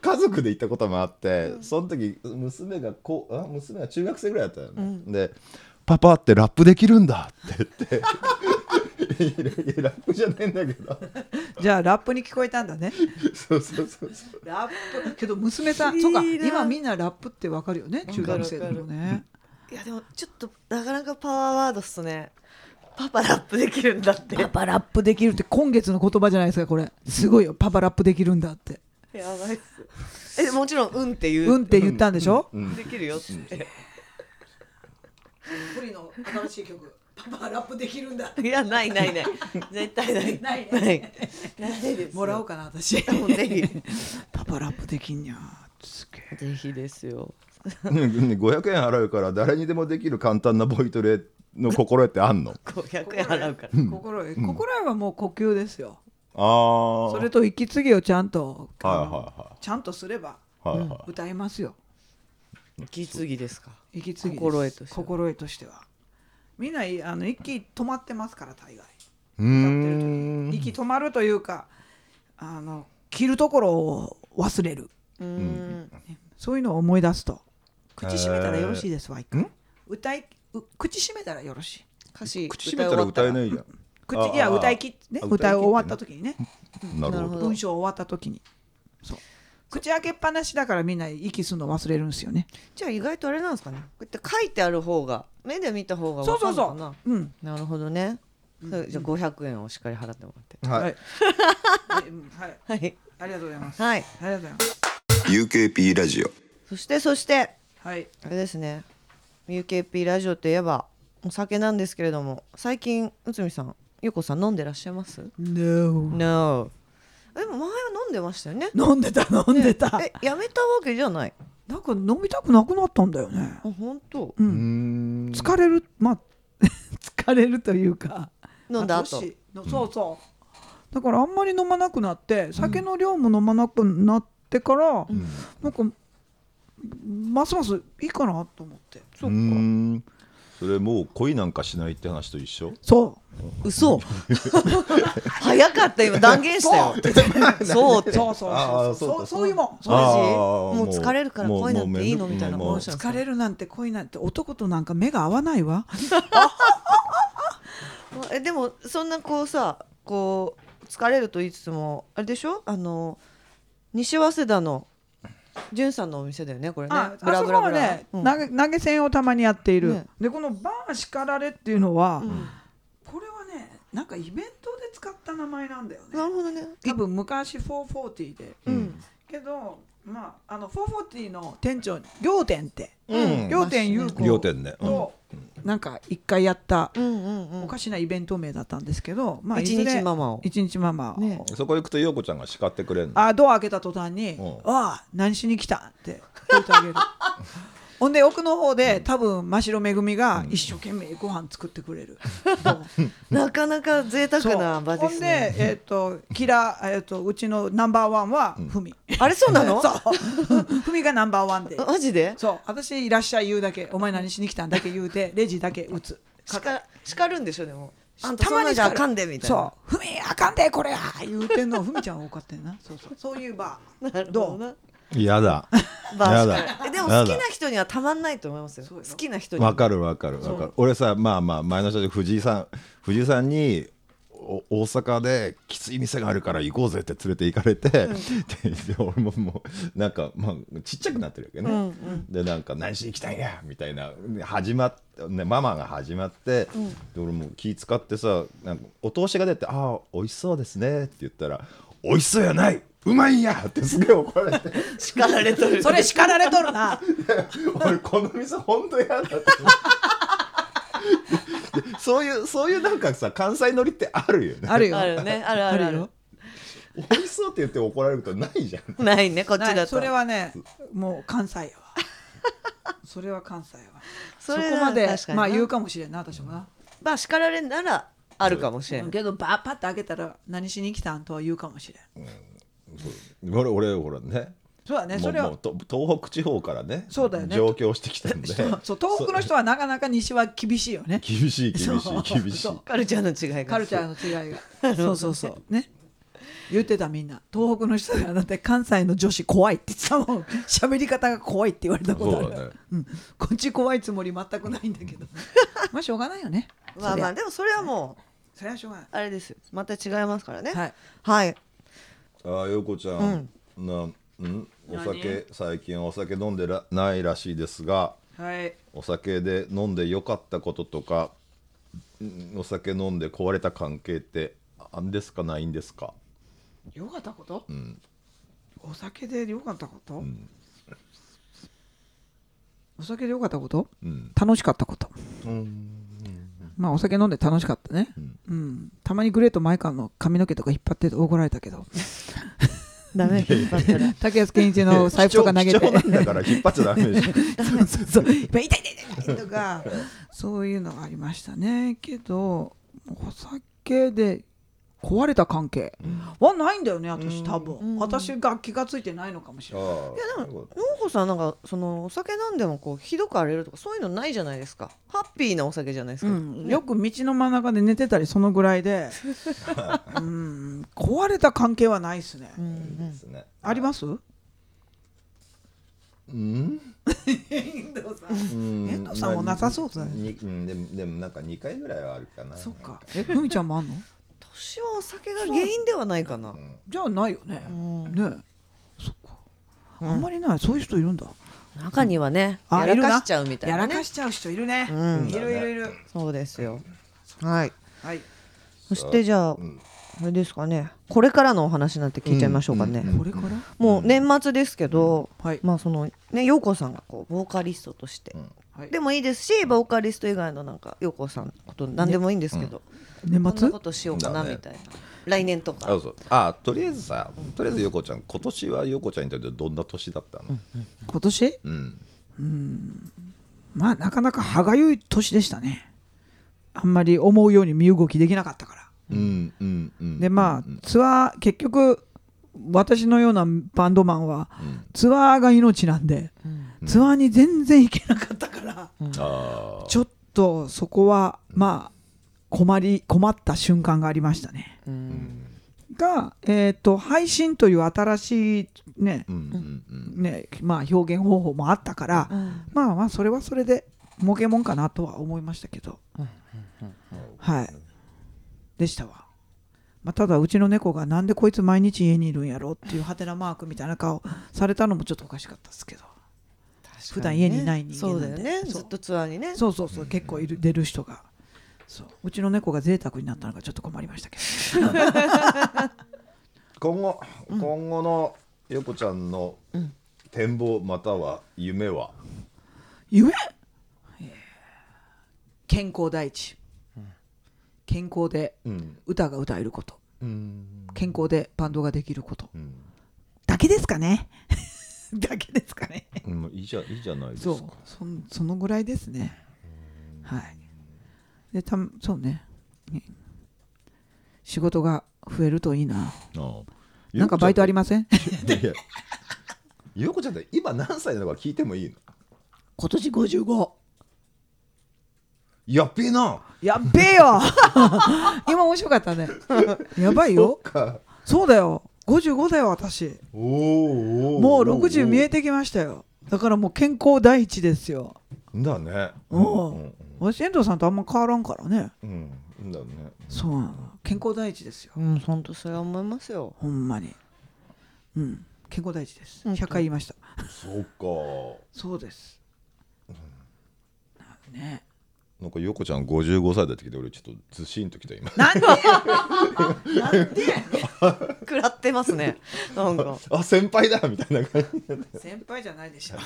家族で行ったこともあってその時娘がこうあ娘が中学生ぐらいだったよね、で「パパってラップできるんだ」って言って [laughs] いやいやラップじゃないんだけど
じゃあラップに聞こえたんだね
そうそうそうそう
ラップけど娘さんそうか
いいな
今みんなラップってわかるよね中学生でもね
いやでもちょっとなかなかパワーワードっすね。パパラップできるんだって。
パパラップできるって今月の言葉じゃないですかこれすごいよパパラップできるんだって
やばいっす。えもちろんうんっていう。
うんって言ったんでしょ、
できるよっつって。
プリの新しい曲パパラップできるんだ
いやないないない。絶対ない。
ない
な。
ない
ないです。
もらおうかな私
もうぜひ。
[laughs] パパラップできんにゃすげえ
ぜひですよ。
500円払うから誰にでもできる簡単なボイトレの心得ってあんの
500円払うから。
心得心得はもう呼吸ですよ、
ああ
それと息継ぎをちゃんと、
はいは
あのちゃんとすれば
いはいはいはい
歌えますよ
息継ぎですか。
息継ぎです
心得としては
心得としてはみんないあの息止まってますから大概
う
歌
ん
ってる時息止まるというかあの切るところを忘れる
うん
そういうのを思い出すと口閉めたらよろしいですわ一回、
ん
歌いう口閉めたらよろしい
歌詞
口閉めたら歌えないじゃん
口
あ
いや
あ
歌いきね
あ
歌い終わった
歌
時にね
なる
な
ほ
るほ
ど
ど
文章終わった時にそう口開けっぱなしだからみんな息するの忘れるんですよね
じゃあ意外とあれなんですかねこうやって書いてある方が目で見た方が
そう
分か
そう
るの
そ
かな
ううん
なるほどねそうじゃあ500円をしっかり払ってもらって
はい
いえうんはい
はい
ありがとうございますあ
はい
りがとうございます
UKP ラジオ
そしてそして
はい
あれですね UKP ラジオといえばお酒なんですけれども最近内海さんゆうこさん飲んでらっしゃいます
No
?No でも前は飲んでましたよね
飲んでた飲んでた
えやめたわけじゃない
なんか飲みたくなくなったんだよね
あ本当
う
うんん
疲れるまあ [laughs] 疲れるというか
飲んだ後
年のそうそうだからあんまり飲まなくなって酒の量も飲まなくなってから、
ん
なんかますますいいかなと思って
そ
う
っか
んそれもう恋なんかしないって話と一緒
そ
嘘 [laughs] 早かった今断言したよそうっ
う
て
そうそう
あ
そ
あそ
う
う
そ
か
うそういうもん
マジ
あー
もう疲れるから
もう
恋なんていいのみたいな
もうもう
話したんですか
疲れるなんて恋なんて男となんか目が合わないわ
えでもそんなこうさこう疲れると言いつつもあれでしょあの西早稲田のじゅんさんのお店だよねこれね
あ
ブ
あ
ラ
そ
ブ
こ
ラブ
は
ラ
ね、投げ投げ銭をたまにやっている、
ね
でこの「バー叱られ」っていうのは、
うん
これはねなんかイベントで使った名前なんだよ
うんな
ね
るほどね
多分昔440で
うん
けどまああの440の店長両店って、
うん
両店有効
両店ねうん
と、なんか一回やった
うんうんうん
おかしなイベント名だったんですけど、まあ
一日ママを
一日ママを、
ね
そこ行くと陽子ちゃんが叱ってくれるの
あドア開けた途端に
うん
「ああ何しに来た」って言ってあげる [laughs] ほんで奥の方で多分真城めぐみが一生懸命ご飯作ってく
[laughs]
れる、
なかなか贅沢
そう
な場で
ほん
す
で、
ね
えっとキラ、えっとうちのナンバーワンはふみ、
あれそうな
[laughs]
の
ふみがナンバーワ
[laughs]
ンで
マジで
そう私いらっしゃい言うだけお前何しに来たんだけ言うてレジだけ打つ
叱叱るんでしょでもあんた
た
そん
ま
な
に
んじゃあかんでみたいな
そう「ふみあかんでこれや!」言うてんのふみちゃん多かったよなそうそうそういうバー
なるほどな
嫌
[laughs]
だ
バー
や
し
だ
かりえでも
や
好
だ
きな人にはたまんないと思いますよ
そう
好
よ
きな人に
わかるわかるわかる俺さまあまあ前の社長藤井さん藤井さんにお大阪できつい店があるから行こうぜって連れて行かれて、でで俺ももうなんか、まあ、ちっちゃくなってるわけね、でなんか「何しに来たんや」みたいな始まっ、ね、ママが始まって、で俺もう気使ってさなんかお通しが出て「ああ美味しそうですね」って言ったら「美味しそうやないうまいんや!」ってすげえ怒られて
叱られとる
それ叱られとるな
俺この店本当嫌だって思って [laughs] そういうそういうなんかさ関西乗りってあるよね
あるよ
あるねあるあるある
美味しそうって言って怒られることないじゃん
ないねこっち
な
だ
い
と
それはねもう関西やわ [laughs] それは関西やわそ
それは
こまで
確かにな
まあ言うかもしれんな私もな、
まあ叱られんならあるかもしれない、
けどバーパッと開けたら何しに来たんとは言うかもしれん
俺俺ほらね
そうだね
も
そうれ
も
は
うと東北地方からね
そうだよね
上京してきたんで
そう東北の人はなかなか西は厳しいよね
厳しい厳し
そう
い厳しい
そう
カルチャーの違いが
カルチャーの違
[laughs]
いがそうそうそうね言ってたみんな東北の人がだって関西の女子怖いって言ってたもん喋り方が怖いって言われたことある
そうだね
うん、こっち怖いつもり全くないんだ
[laughs]
けどまあしょうがないよね
まあまあ
そりゃ
でもそれはもう
それはしょうがない
あれですよまた違いますからね
はい、
はい
ああ陽子ちゃん、な、ん、お酒最近お酒飲んでらないらしいですが
はい、
お酒で飲んで良かったこととかうんお酒飲んで壊れた関係ってあんですかないんですか
よかったこと、お酒でよかったこと、
ん
お酒でよかったこと
うん
楽しかったことまあお酒飲んで楽しかったね、うんたまにグレート前川の髪の毛とか引っ張って怒られたけど [laughs]
ダメ引っ張ったら
竹安健一の財布とか投げて
貴重貴重なんだから引っ張っちゃダメでしょ
[laughs] そうそうそう痛い痛い痛い痛いとかそういうのがありましたねけどお酒で壊れた関係はないんだよね私多分、
うん
私が気がついてないのかもしれない、
ああ
農子さんなんかそのお酒なんでもこうひどく荒れるとかそういうのないじゃないですかハッピーなお酒じゃないですか、
うんよく道の真ん中で寝てたりそのぐらいで、うん、壊れた関係はないですね、
うん
いいですね
あります
うん
遠藤さん
うん
遠藤さんもなさそうだね
にうんでもでもなんか二回ぐらいはあるかな
そっかえふみちゃんもあんの
私はお酒が原因ではないかな
じゃあないよね、
ん
ねえそっかあんまりないそういう人いるんだ
中にはね
あ
やらかしちゃうみたいな
やら
ね
かしちゃう人いるね、
うん
いるいるいる
そうですよはい
はい
そしてじゃあ、
ん
あれですかねこれからのお話なんて聞いちゃいましょうかね、
うん
これから
もう年末ですけど、
はい
まあそのね陽子さんがこうボーカリストとして、
うん
はい
でもいいですしボーカリスト以外のなんか陽子さんのこと何でもいいんですけど、
年
こん
末
なことしようかな
だね
みたいな、来年と
あ
か
そうあとりあえずさとりあえず横ちゃん今年は横ちゃんにとってどんな年だったの
今年
うん
まあなかなか歯がゆい年でしたねあんまり思うように身動きできなかったから
うんうんうん
でまあツアー結局私のようなバンドマンはツアーが命なんで、ツアーに全然行けなかったから、
あ
ちょっとそこはまあ困り困った瞬間がありましたね。が、えー、と配信という新しいね,、
ーうんうん
ねまあ、表現方法もあったから、まあまあそれはそれで儲けもんかなとは思いましたけど、はいでしたわ、まあ、ただうちの猫がなんでこいつ毎日家にいるんやろっていうハテナマークみたいな顔されたのもちょっとおかしかったですけど普段家にいない人
そう
間
だ
なん
よ
で
ね
そう
ずっとツアーにね
そうそうそう、結構いる出る人が。そう、うちの猫が贅沢になったのがちょっと困りましたけど。
今後今後の横ちゃんの展望または夢は
夢。えー健康第一。健康で
うん
歌が歌えること。
うん
健康でバンドができること
う。ん
だけですかね。 [laughs] だけですかね。
うんいいじゃいいじゃないです
そ
か
う、そん、そのぐらいですね。はい。で、たん、そうね。うん仕事が増えるといいな。
ああ
なんかバイトあり
ま
ません。
すゆうこちゃんって今何歳なのか聞いてもいいの
今年55
やっべえな
やっべえよ [laughs] 今面白かったね。やばいよ。
か
そうだよ。55だよ、私。
おーおー
もう60見え
て
てきましたよ。だからもう健康第一ですよ。
だね
う
うんん。
私、遠藤さんとあんま変わらんからね。
うんだよね
そうなの。健康第一ですよ。
うん本当それは思います
[laughs]
よ
ほんまに。うん。健康第一です。
うん
100回言いました。
そうか
そうです。ね。
なんか横ちゃん55歳だってきて俺ちょっとずしんときた今
なんで
食らってますねなんか
あ先輩だみたいな感じ
先輩じゃないでしょ。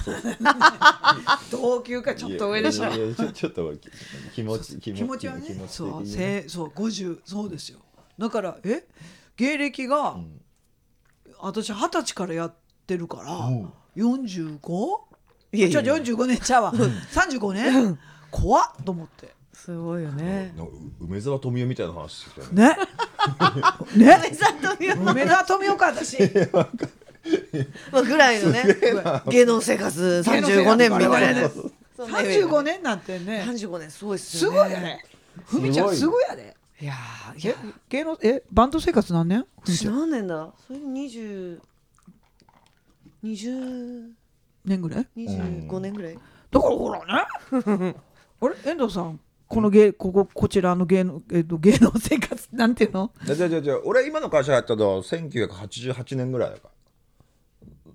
[laughs] 同級かちょっと上でしょ
い。やいやちょちょっとき気持ち
気持ちはね
気持ち的
そう
に
せいそう50そうですよだからえ芸歴が、
ん
私二十歳からやってるから、
ん
45?
いやいや
ちょ45年ちゃうわ35年怖っと思って
すごいよ [laughs] ね
なんかう梅沢富美男みたいな話してきたね
ねね
ざとみ
梅沢富美男か私
まあぐらいのね芸能生活35年みたい
そ
な
うそう
そんなイメージ
35年なんてね
35年すごいっす
す
よ
ごい
ね
よねふみちゃんす
すご
ごいやで
いやーい
え
や
芸能えバンド生活何年ふみちゃん
何年だそれ20 20
年ぐらい
25年ぐらい、
だからほらね [laughs] あれ遠藤さんこの芸こここちらの芸能、えっと、芸能生活なんていうの
じゃじゃじゃじゃ俺今の会社やったのは1988年ぐらいだか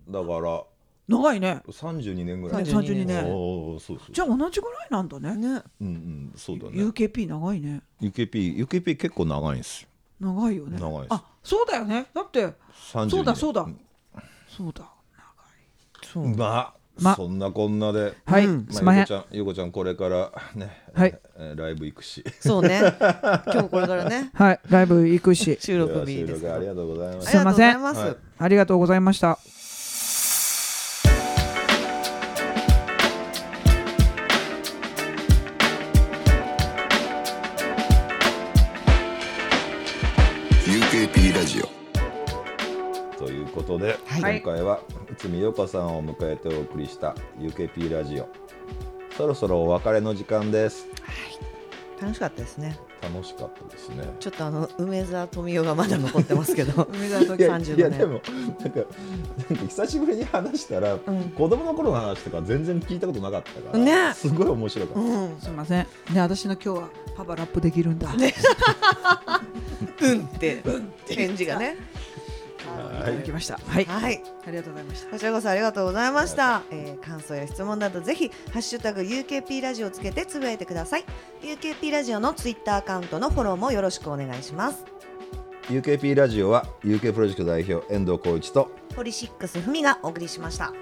らだから
長いね
32年ぐらい
32
32
ね
年
おおそうそう
じゃあ同じぐらいなんだね
ね
うんうんそうだね
UKP 長いね
UKP UKP 結構長いんですよ
長いよね
長いです
あそうだよねだって
32年
そうだそうだそうだ長
そう
まあ、
ま
そんなこんなで
いはい、
うん
すいま
あ
へ
ゆこ
ん
ちゃんゆこちゃんこれからね、
はい
えーライブ行くし
そう [laughs] ね今日これからね
はいライブ行くし [laughs]
収
で
録
は
日です
収録ありがとうございます
すいませ
あ
ん
りがとうございます、
ありがとうございました
UKP ラジオ
ということで、
はい
今回は内海洋子さんを迎えてお送りした UKP ラジオそろそろお別れの時間です
楽しかったですね
楽しかったですね
ちょっとあの梅沢富美男がまだ残ってますけ [laughs] ど
梅沢
い
時
や
30の
いや
ね
でもなんかなんか久しぶりに話したら、
ん
子供の頃の話とか全然聞いたことなかったから、
ね
すごい面白かった、
うん
すみませんね私の今日はパパラップできるんだ、
うんって返事がね
はい
できましたはい
はい
ありがとうございました
こちらこそありがとうございました、えー感想や質問などぜひハッシュタグ UKP ラジオをつけてつぶやいてください UKP ラジオのツイッターアカウントのフォローもよろしくお願いします
UKP ラジオは UK プロジェクト代表遠藤浩一と
ポリシックスふみがお送りしました